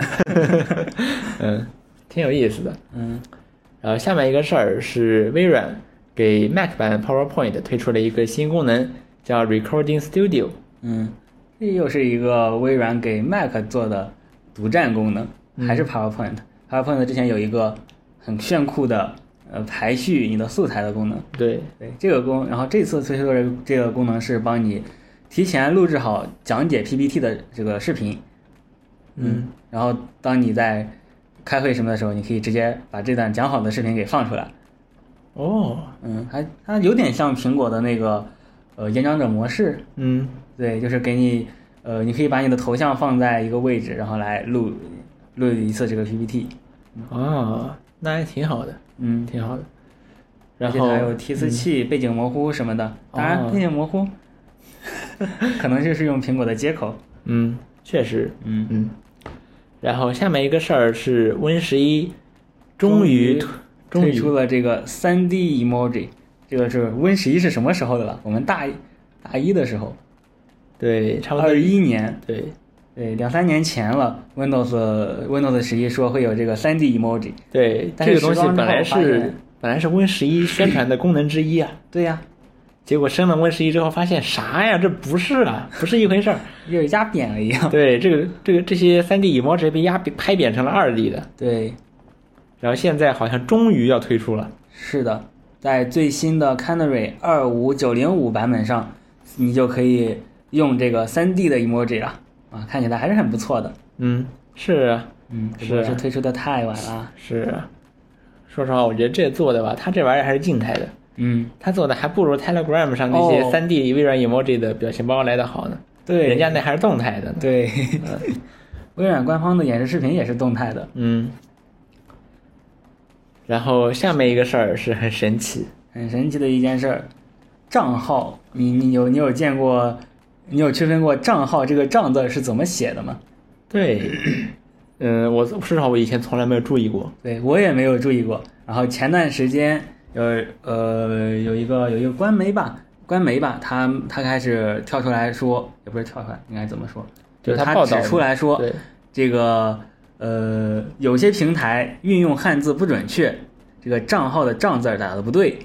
Speaker 1: 嗯，挺有意思的。
Speaker 2: 嗯
Speaker 1: 然后下面一个事儿是微软给 Mac 版 PowerPoint 推出了一个新功能，叫 Recording Studio。
Speaker 2: 嗯，这又是一个微软给 Mac 做的独占功能，还
Speaker 1: 嗯
Speaker 2: 是 PowerPoint。PowerPoint 之前有一个很炫酷的呃排序你的素材的功能，
Speaker 1: 对，
Speaker 2: 对这个功，然后这次推出的这个功能是帮你提前录制好讲解 PPT 的这个视频。
Speaker 1: 嗯，
Speaker 2: 然后当你在开会什么的时候，你可以直接把这段讲好的视频给放出来。
Speaker 1: 哦，
Speaker 2: 嗯，还它有点像苹果的那个呃演讲者模式，
Speaker 1: 嗯，
Speaker 2: 对，就是给你呃，你可以把你的头像放在一个位置，然后来录录一次这个 PPT。
Speaker 1: 哦，那还挺好的，
Speaker 2: 嗯，
Speaker 1: 挺好的。
Speaker 2: 而
Speaker 1: 然
Speaker 2: 且
Speaker 1: 后
Speaker 2: 它有提词器、背景模糊什么的。当然，
Speaker 1: 哦
Speaker 2: 背景模糊 <laughs> 可能就是用苹果的接口。
Speaker 1: 嗯，确实，
Speaker 2: 嗯
Speaker 1: 嗯。然后下面一个事儿是 Win 十一终于推 <laughs> 终
Speaker 2: 推
Speaker 1: 于
Speaker 2: 出了这个 3D emoji，这个是 Win 十一是什么时候的了？我们大一大一的时候，
Speaker 1: 对，差不多
Speaker 2: 二一年。
Speaker 1: 对，
Speaker 2: 对，两三年前了，Windows Windows 十一说会有这个 3D emoji。
Speaker 1: 对，
Speaker 2: 但
Speaker 1: 这个
Speaker 2: 是
Speaker 1: 东
Speaker 2: 时
Speaker 1: 西
Speaker 2: 装
Speaker 1: 本
Speaker 2: 之后
Speaker 1: 来
Speaker 2: 发
Speaker 1: 是
Speaker 2: 现
Speaker 1: 本来是 Win 十一宣传的功能之一啊，
Speaker 2: 对呀、
Speaker 1: 结果升了 Win 十一之后发现啥呀？这不是啊，不是一回
Speaker 2: <laughs>
Speaker 1: 事儿。
Speaker 2: 又压扁了一样。 <laughs>
Speaker 1: 对，这个这个这些3 D emoji 被压扁拍扁成了2 D 的，
Speaker 2: 对，
Speaker 1: 然后现在好像终于要推出了。
Speaker 2: 是的，在最新的 Canary 二五九零五版本上，你就可以用这个3 D 的 emoji 了啊，看起来还是很不错的。
Speaker 1: 嗯，是啊，
Speaker 2: 嗯，只
Speaker 1: 是
Speaker 2: 不
Speaker 1: 啊
Speaker 2: 过是推出的太晚了。
Speaker 1: 是啊。说实话，我觉得这做的吧，他这玩意儿还是静态的，
Speaker 2: 嗯，
Speaker 1: 他做的还不如 Telegram 上那些
Speaker 2: 哦
Speaker 1: 3 D 微软 emoji 的表情包来的好呢。
Speaker 2: 对
Speaker 1: 人家那还是动态的呢。
Speaker 2: 对， <laughs> 微软官方的演示视频也是动态的。
Speaker 1: 嗯。然后下面一个事儿是很神奇，
Speaker 2: 很神奇的一件事儿，账号，你你有你有见过，你有区分过账号这个“账”字是怎么写的吗？
Speaker 1: 对， <clears throat> 嗯，我至少我以前从来没有注意过。
Speaker 2: 对我也没有注意过。然后前段时间有呃有一个有一个官媒吧，官媒吧，他他开始跳出来说，也不是跳出来，应该怎么说？
Speaker 1: 就是他报道
Speaker 2: 指出
Speaker 1: 嘛
Speaker 2: 来说，
Speaker 1: 对，
Speaker 2: 这个呃有些平台运用汉字不准确，这个账号的“账”字儿打的不对。
Speaker 1: 然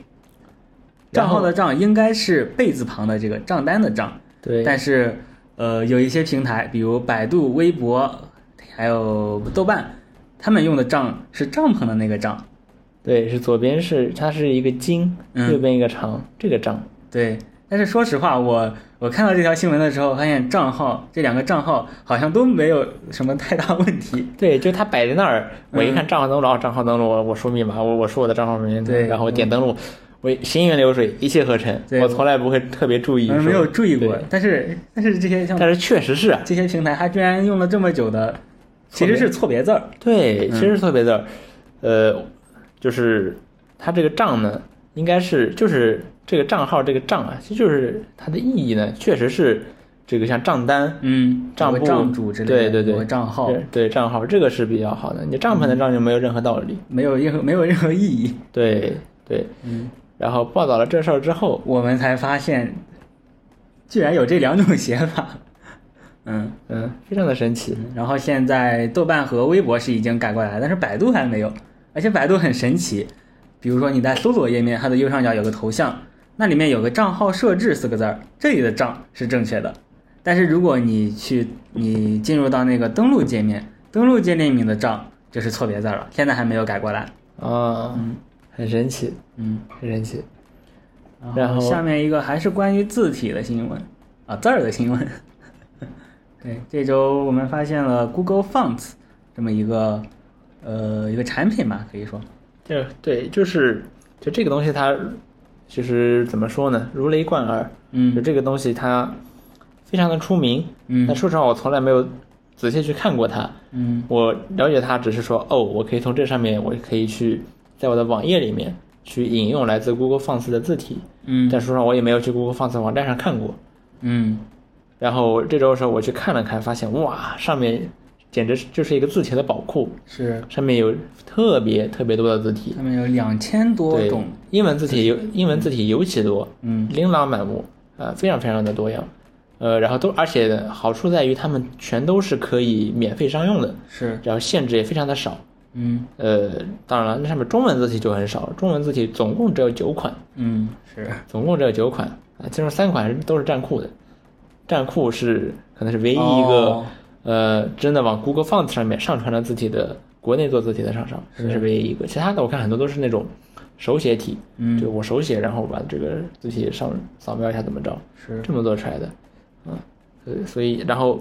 Speaker 2: 账
Speaker 1: 后
Speaker 2: 号的“账”应该是贝字旁的这个账单的“账”，
Speaker 1: 对，
Speaker 2: 但是呃，有一些平台，比如百度、微博，还有豆瓣，他们用的帐是帐篷的那个帐。
Speaker 1: 对，是左边是它是一个金，
Speaker 2: 嗯
Speaker 1: 右边一个长，这个张。
Speaker 2: 对，但是说实话，我我看到这条新闻的时候，发现账号这两个账号好像都没有什么太大问题。
Speaker 1: 对，就它摆在那儿，我一
Speaker 2: 嗯
Speaker 1: 看账号登录，哦账号登录，我我输密码，我我输我的账号名，
Speaker 2: 对嗯
Speaker 1: 然后我点登录，我行云流水，一气呵成，
Speaker 2: 对
Speaker 1: 我从来不会特别注意说，
Speaker 2: 嗯，没有注意过
Speaker 1: 对，
Speaker 2: 但是但是这些像
Speaker 1: 但是确实是啊，
Speaker 2: 这些平台，它居然用了这么久的，其实是错别字儿。
Speaker 1: 对，
Speaker 2: 嗯
Speaker 1: 其实是特别的，呃，就是它这个账呢，应该是就是这个账号这个账啊，其实就是它的意义呢，确实是这个像账单，
Speaker 2: 嗯，
Speaker 1: 账
Speaker 2: 有
Speaker 1: 簿
Speaker 2: 个账主之类的，
Speaker 1: 对对对，
Speaker 2: 有个账号嗯
Speaker 1: 对对账号，这个是比较好的。你帐篷的账就没有任何道理。
Speaker 2: 没有任何没有任何意义。
Speaker 1: 对对，
Speaker 2: 嗯。
Speaker 1: 然后报道了这事儿之后，
Speaker 2: 我们才发现，居然有这两种写法。 <laughs> 嗯，
Speaker 1: 嗯，非常的神奇。
Speaker 2: 然后现在豆瓣和微博是已经改过来了，但是百度还没有。而且百度很神奇，比如说你在搜索页面，它的右上角有个头像，那里面有个账号设置四个字儿，这里的账是正确的。但是如果你去你进入到那个登录界面，登录界面里的账这是错别字儿了，现在还没有改过来。
Speaker 1: 啊，很神奇，
Speaker 2: 嗯，
Speaker 1: 很神奇。然
Speaker 2: 然
Speaker 1: 后
Speaker 2: 后下面一个还是关于字体的新闻啊，字儿的新闻。 <laughs> 对，这周我们发现了 Google Fonts 这么一个呃一个产品吧，可以说，
Speaker 1: 就对，就是就这个东西它就是怎么说呢，如雷贯耳。就
Speaker 2: 嗯
Speaker 1: 这个东西它非常的出名，
Speaker 2: 嗯
Speaker 1: 但说实话我从来没有仔细去看过它。
Speaker 2: 嗯
Speaker 1: 我了解它只是说哦，我可以从这上面，我可以去在我的网页里面去引用来自 Google Fonts 的字体，
Speaker 2: 嗯
Speaker 1: 但说实话我也没有去 Google Fonts 网站上看过。
Speaker 2: 嗯
Speaker 1: 然后这周的时候我去看了看，发现哇，上面简直是就是一个字体的宝库，
Speaker 2: 是，
Speaker 1: 上面有特别特别多的字体，
Speaker 2: 上面有两千多
Speaker 1: 对
Speaker 2: 种，，
Speaker 1: 英文字体尤英文字体尤其多，
Speaker 2: 嗯
Speaker 1: 琳琅满目，呃，非常非常的多样，呃，然后都而且好处在于它们全都是可以免费商用的，
Speaker 2: 是，
Speaker 1: 然后限制也非常的少，
Speaker 2: 嗯
Speaker 1: 呃，当然了，那上面中文字体就很少了，中文字体总共只有九款，
Speaker 2: 嗯是，
Speaker 1: 总共只有九款啊，其中三款都是站酷的，站酷是可能是唯一一个、
Speaker 2: 哦
Speaker 1: 呃真的往 Google Fonts 上面上传了字体的国内做字体的厂商，这是唯一一个。其他的我看很多都是那种手写体，
Speaker 2: 嗯
Speaker 1: 就我手写，然后把这个字体上扫描一下怎么着，
Speaker 2: 是 <laughs>
Speaker 1: 这么做出来的，嗯，呃所以然后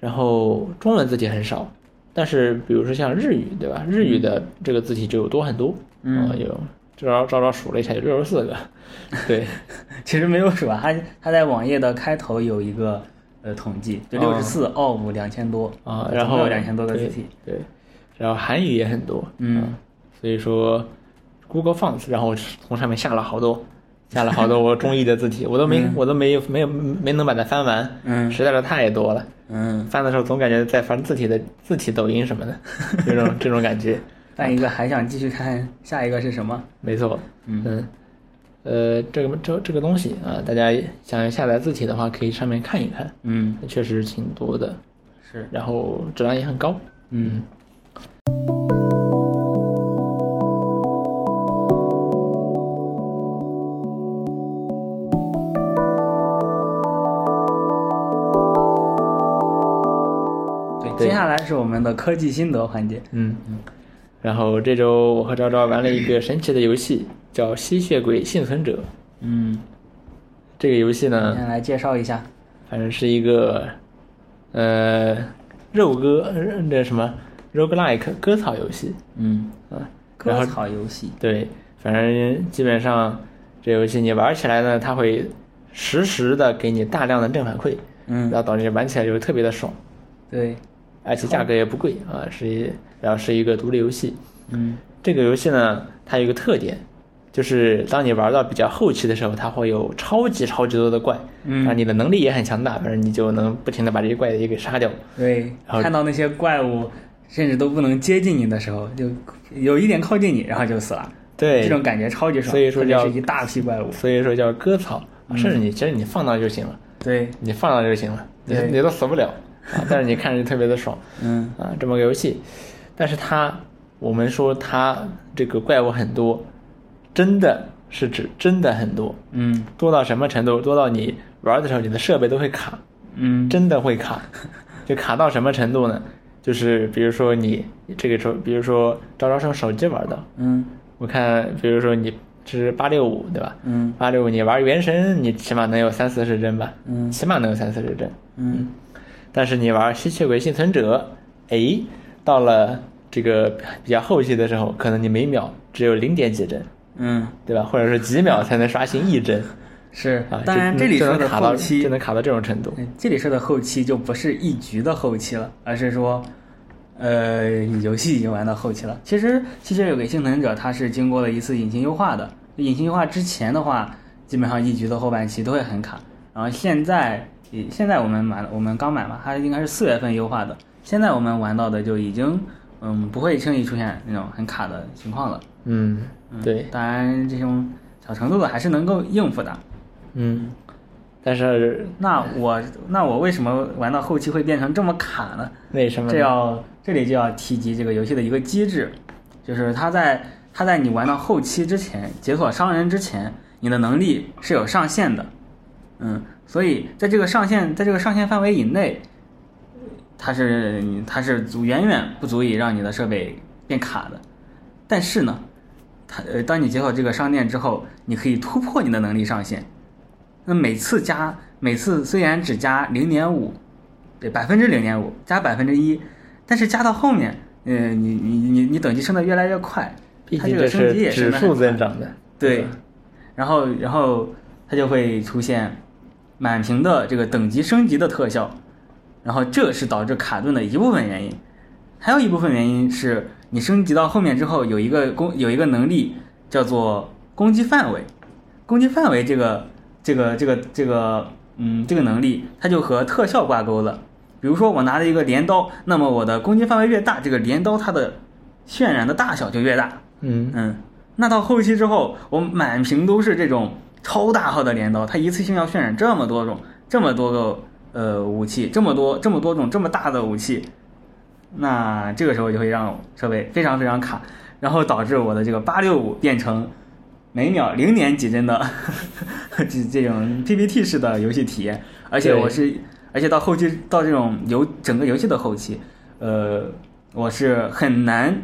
Speaker 1: 然后中文字体很少。但是，比如说像日语，对吧？日语的这个字体就有多很多，
Speaker 2: 嗯
Speaker 1: 呃有这招招招数了一下，有六十四个，对，
Speaker 2: 其实没有数啊，它它在网页的开头有一个呃统计，就六
Speaker 1: 哦
Speaker 2: 十四 o 五两千多呃
Speaker 1: 啊，然后
Speaker 2: 嗯有两千多个字体，
Speaker 1: 对，对，然后韩语也很多，
Speaker 2: 嗯
Speaker 1: 啊所以说 Google Fonts，然后我从上面下了好多，下了好多我中意的字体，我都没、我都没有没有没能把它翻完，
Speaker 2: 嗯
Speaker 1: 实在是太多了，
Speaker 2: 嗯，
Speaker 1: 翻的时候总感觉在翻字体的字体抖音什么
Speaker 2: <laughs>
Speaker 1: 的，这种这种感觉，
Speaker 2: 但一个还想继续看下一个是什么？
Speaker 1: 没错，
Speaker 2: 嗯
Speaker 1: 呃，这个这这个东西啊，大家想下载字体的话，可以上面看一看，
Speaker 2: 嗯，
Speaker 1: 确实挺多的，
Speaker 2: 是，
Speaker 1: 然后质量也很高，
Speaker 2: 嗯对，
Speaker 1: 对
Speaker 2: 接下来是我们的科技心得环节。
Speaker 1: 嗯，然后这周我和昭昭玩了一个神奇的游戏，叫《吸血鬼幸存者》。
Speaker 2: 嗯，
Speaker 1: 这个游戏呢，
Speaker 2: 先来介绍一下。
Speaker 1: 反正是一个呃肉鸽那什么 roguelike 割草游戏
Speaker 2: 嗯，
Speaker 1: 啊。然
Speaker 2: 割
Speaker 1: 后
Speaker 2: 草游戏。
Speaker 1: 对，反正基本上这游戏你玩起来呢，它会实时的给你大量的正反馈，
Speaker 2: 嗯
Speaker 1: 然，后导致你玩起来就会特别的爽，
Speaker 2: 对，
Speaker 1: 而且价格也不贵啊，是一然后是一个独立游戏。
Speaker 2: 嗯
Speaker 1: 这个游戏呢，它有一个特点，就是当你玩到比较后期的时候，它会有超级超级多的怪，
Speaker 2: 嗯
Speaker 1: 然后你的能力也很强大，反正你就能不停的把这些怪也给杀掉。
Speaker 2: 对，
Speaker 1: 然后
Speaker 2: 看到那些怪物甚至都不能接近你的时候，就有一点靠近你，然后就死了。
Speaker 1: 对
Speaker 2: 这种感觉超级爽，
Speaker 1: 所以说
Speaker 2: 特别
Speaker 1: 叫
Speaker 2: 是一大批怪物。
Speaker 1: 所以说叫割草，
Speaker 2: 嗯
Speaker 1: 甚至你其实你放到就行了，
Speaker 2: 对，
Speaker 1: 你放到就行了，你
Speaker 2: 对
Speaker 1: 你都死不了啊，但是你看着就特别的爽
Speaker 2: 嗯
Speaker 1: 啊，这么个游戏。但是它，我们说它这个怪物很多，真的是指真的很多，
Speaker 2: 嗯
Speaker 1: 多到什么程度？多到你玩的时候，你的设备都会卡。
Speaker 2: 嗯，
Speaker 1: 真的会
Speaker 2: <laughs>
Speaker 1: 卡，就卡到什么程度呢？就是比如说你这个时候，比如说招招是用手机玩的，
Speaker 2: 嗯
Speaker 1: 我看比如说你是八六五对吧？
Speaker 2: 嗯
Speaker 1: 八六五你玩原神，你起码能有三四十帧吧？
Speaker 2: 嗯
Speaker 1: 起码能有三四十帧。
Speaker 2: 嗯
Speaker 1: 但是你玩吸血鬼幸存者，哎，到了这个比较后期的时候，可能你每秒只有零点几帧，
Speaker 2: 嗯，
Speaker 1: 对吧？或者是几秒才能刷新一帧
Speaker 2: 是
Speaker 1: 啊。。
Speaker 2: 当然，
Speaker 1: 就
Speaker 2: 这里
Speaker 1: 就
Speaker 2: 说
Speaker 1: 能
Speaker 2: 的
Speaker 1: 卡到
Speaker 2: 后
Speaker 1: 就
Speaker 2: 期，
Speaker 1: 能卡到这种程度。
Speaker 2: 嗯这里说的后期就不是一局的后期了，而是说，呃，游戏已经玩到后期了。其实《吸血鬼幸存者》它是经过了一次引擎优化的，引擎优化之前的话，基本上一局的后半期都会很卡。然后现在，以现在我们买了，我们刚买嘛，它应该是四月份优化的。现在我们玩到的就已经，嗯，不会轻易出现那种很卡的情况了。
Speaker 1: 嗯，
Speaker 2: 嗯
Speaker 1: 对。
Speaker 2: 当然这种小程度的还是能够应付的。
Speaker 1: 嗯，但是
Speaker 2: 那我那我为什么玩到后期会变成这么卡呢？
Speaker 1: 为什么呢
Speaker 2: 这要这里就要提及这个游戏的一个机制，就是它在它在你玩到后期之前，解锁商人之前，你的能力是有上限的，嗯，所以在这个上限，在这个上限范围以内，它是它是足远远不足以让你的设备变卡的。但是呢，它呃，当你解锁这个商店之后，你可以突破你的能力上限。那每次加，每次虽然只加零点五，对，百分之零点五，加百分之一，但是加到后面，呃，你你你你等级升的越来越快，
Speaker 1: 毕
Speaker 2: 它
Speaker 1: 竟
Speaker 2: 个
Speaker 1: 这
Speaker 2: 升级也
Speaker 1: 指
Speaker 2: 升得很
Speaker 1: 数
Speaker 2: 快
Speaker 1: 增长的，
Speaker 2: 对，然后然后它就会出现满屏的这个等级升级的特效，然后这是导致卡顿的一部分原因，还有一部分原因是你升级到后面之后有一个攻有一个能力叫做攻击范围，攻击范围这个这个这个这个嗯这个能力它就和特效挂钩了。比如说我拿了一个镰刀，那么我的攻击范围越大，这个镰刀它的渲染的大小就越大。
Speaker 1: 嗯，
Speaker 2: 嗯，那到后期之后，我满屏都是这种超大号的镰刀，它一次性要渲染这么多种、这么多个呃武器，这么多、这么多种、这么大的武器，那这个时候就会让设备非常非常卡，然后导致我的这个八六五变成每秒零点几帧的 <laughs> 这这种 PPT 式的游戏体验，而且
Speaker 1: 对
Speaker 2: 我是，而且到后期到这种游整个游戏的后期，呃，我是很难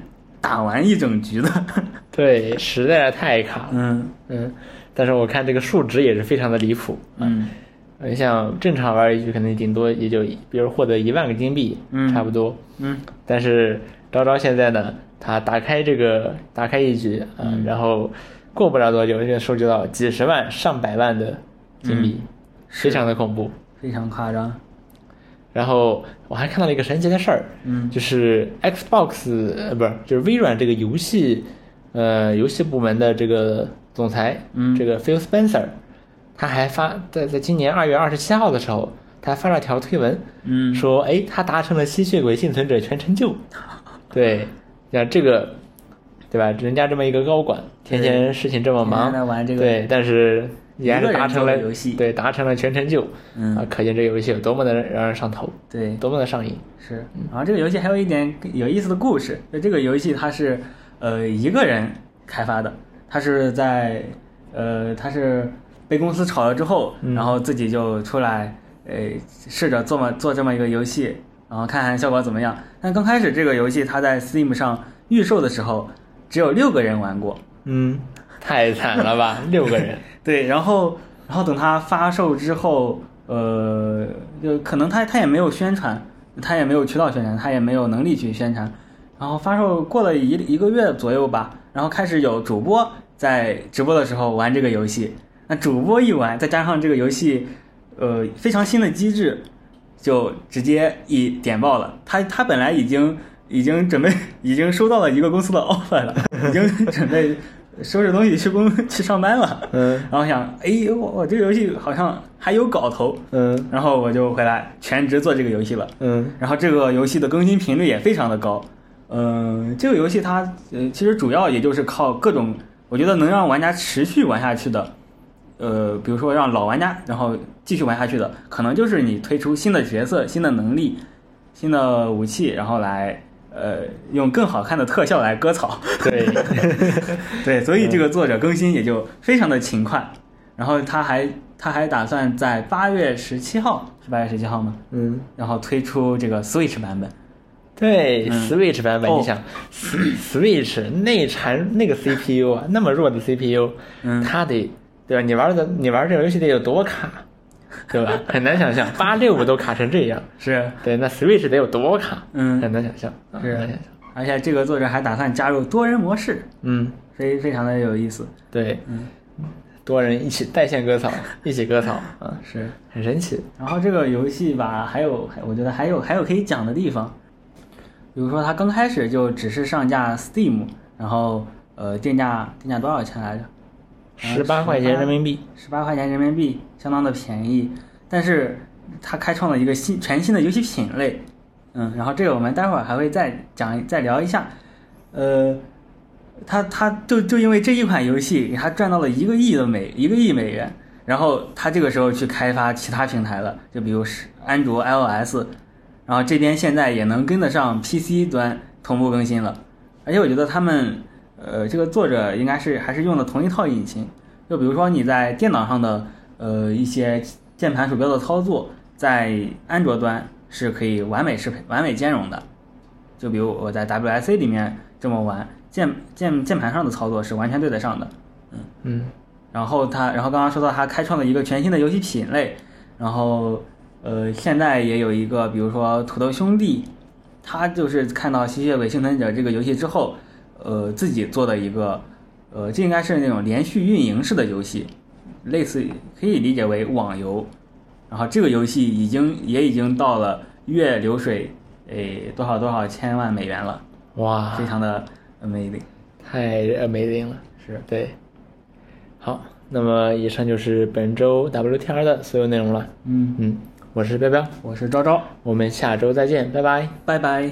Speaker 2: 打完一整局的。
Speaker 1: 对，实在是太卡了，
Speaker 2: 嗯
Speaker 1: 嗯，但是我看这个数值也是非常的离谱，
Speaker 2: 嗯
Speaker 1: 你想正常玩一局，可能顶多也就比如获得一万个金币，
Speaker 2: 嗯
Speaker 1: 差不多。
Speaker 2: 嗯
Speaker 1: 但是昭昭现在呢，他打开这个打开一局，啊、
Speaker 2: 嗯
Speaker 1: 然后过不了多久就收集到几十万、上百万的金币，
Speaker 2: 嗯
Speaker 1: 非常的恐怖。
Speaker 2: 非常夸张。
Speaker 1: 然后我还看到了一个神奇的事儿，
Speaker 2: 嗯
Speaker 1: 就是 Xbox 呃不是就是微软这个游戏呃游戏部门的这个总裁，
Speaker 2: 嗯
Speaker 1: 这个 Phil Spencer，他还发在在今年二月二十七号的时候，他还发了条推文，
Speaker 2: 嗯
Speaker 1: 说哎他达成了吸血鬼幸存者全成
Speaker 2: <laughs>
Speaker 1: 就，对，像这个对吧？人家这么一个高管，天天事情这么忙，
Speaker 2: 天天在玩这个
Speaker 1: 对，但是也还
Speaker 2: 一个
Speaker 1: 是
Speaker 2: 人
Speaker 1: 达成了
Speaker 2: 做的游戏
Speaker 1: 对达成了全成就，
Speaker 2: 嗯
Speaker 1: 啊，可见这个游戏有多么的让人上头。
Speaker 2: 对，
Speaker 1: 多么的上瘾。
Speaker 2: 是。然后这个游戏还有一点有意思的故事，就这个游戏它是呃一个人开发的，他是在呃他是被公司炒了之后，
Speaker 1: 嗯
Speaker 2: 然后自己就出来呃试着做么做这么一个游戏，然后看看效果怎么样。但刚开始这个游戏它在 Steam 上预售的时候，只有六个人玩过，
Speaker 1: 嗯， <laughs> 太惨了吧，六个人。
Speaker 2: 对，然后然后等它发售之后，呃，就可能它它也没有宣传，它也没有渠道宣传，它也没有能力去宣传。然后发售过了一一个月左右吧，然后开始有主播在直播的时候玩这个游戏。那主播一玩，再加上这个游戏，呃，非常新的机制，就直接一点爆了。他他本来已经已经准备已经收到了一个公司的 <laughs> offer 了，已经准备收拾东西去公去上班了。
Speaker 1: 嗯
Speaker 2: 然后想，哎，我我这个游戏好像还有搞头，
Speaker 1: 嗯
Speaker 2: 然后我就回来全职做这个游戏了。
Speaker 1: 嗯
Speaker 2: 然后这个游戏的更新频率也非常的高。嗯、这个游戏它呃其实主要也就是靠各种，我觉得能让玩家持续玩下去的，呃，比如说让老玩家然后继续玩下去的，可能就是你推出新的角色、新的能力、新的武器，然后来呃用更好看的特效来割草。
Speaker 1: 对，
Speaker 2: <laughs> 对，所以这个作者更新也就非常的勤快。然后他还他还打算在八月十七号是八月十七号吗？
Speaker 1: 嗯，
Speaker 2: 然后推出这个 Switch 版本。
Speaker 1: 对
Speaker 2: 嗯
Speaker 1: ，Switch 版本，
Speaker 2: 哦
Speaker 1: 你想 Switch 内缠那个 CPU 啊，那么弱的 CPU，
Speaker 2: 嗯
Speaker 1: 它得对吧？你玩的你玩这游戏得有多卡，对吧？很难想象，八六五都卡成这样，
Speaker 2: 是，
Speaker 1: 对，那 Switch 得有多卡？
Speaker 2: 嗯
Speaker 1: 很难想象，啊很
Speaker 2: 是
Speaker 1: 难想象。
Speaker 2: 而且这个作者还打算加入多人模式，
Speaker 1: 嗯，
Speaker 2: 非非常的有意思。
Speaker 1: 对，
Speaker 2: 嗯，
Speaker 1: 多人一起在线 <laughs> 割草，一起割草啊，
Speaker 2: 是。
Speaker 1: 很神奇。
Speaker 2: 然后这个游戏吧，还有还我觉得还有还有可以讲的地方，比如说它刚开始就只是上架 Steam，然后呃定价定价多少钱来着？
Speaker 1: 啊十八块钱人民币，
Speaker 2: 十八块钱人民币，相当的便宜。但是它开创了一个新全新的游戏品类，嗯，然后这个我们待会儿还会再讲再聊一下。呃，它它就就因为这一款游戏，给它赚到了一个亿的美一个亿美元，然后它这个时候去开发其他平台了，就比如是安卓、iOS，然后这边现在也能跟得上 PC 端同步更新了，而且我觉得他们呃这个作者应该是还是用的同一套引擎，就比如说你在电脑上的呃一些键盘鼠标的操作，在安卓端是可以完美适配、完美兼容的。就比如我在 WSC 里面这么玩，键键键盘上的操作是完全对得上的。
Speaker 1: 嗯，
Speaker 2: 然后它，然后刚刚说到它开创了一个全新的游戏品类，然后呃，现在也有一个，比如说土豆兄弟，他就是看到《吸血鬼幸存者》这个游戏之后，呃，自己做的一个，呃，这应该是那种连续运营式的游戏，类似于可以理解为网游。然后这个游戏已经也已经到了月流水诶多少多少千万美元了，
Speaker 1: 哇
Speaker 2: 非，常的 amazing。
Speaker 1: 太 amazing 了，
Speaker 2: 是
Speaker 1: 对。好，那么以上就是本周 WTR 的所有内容了。
Speaker 2: 嗯，
Speaker 1: 嗯，我是彪彪，
Speaker 2: 我是昭昭，
Speaker 1: 我们下周再见，拜拜。
Speaker 2: 拜拜。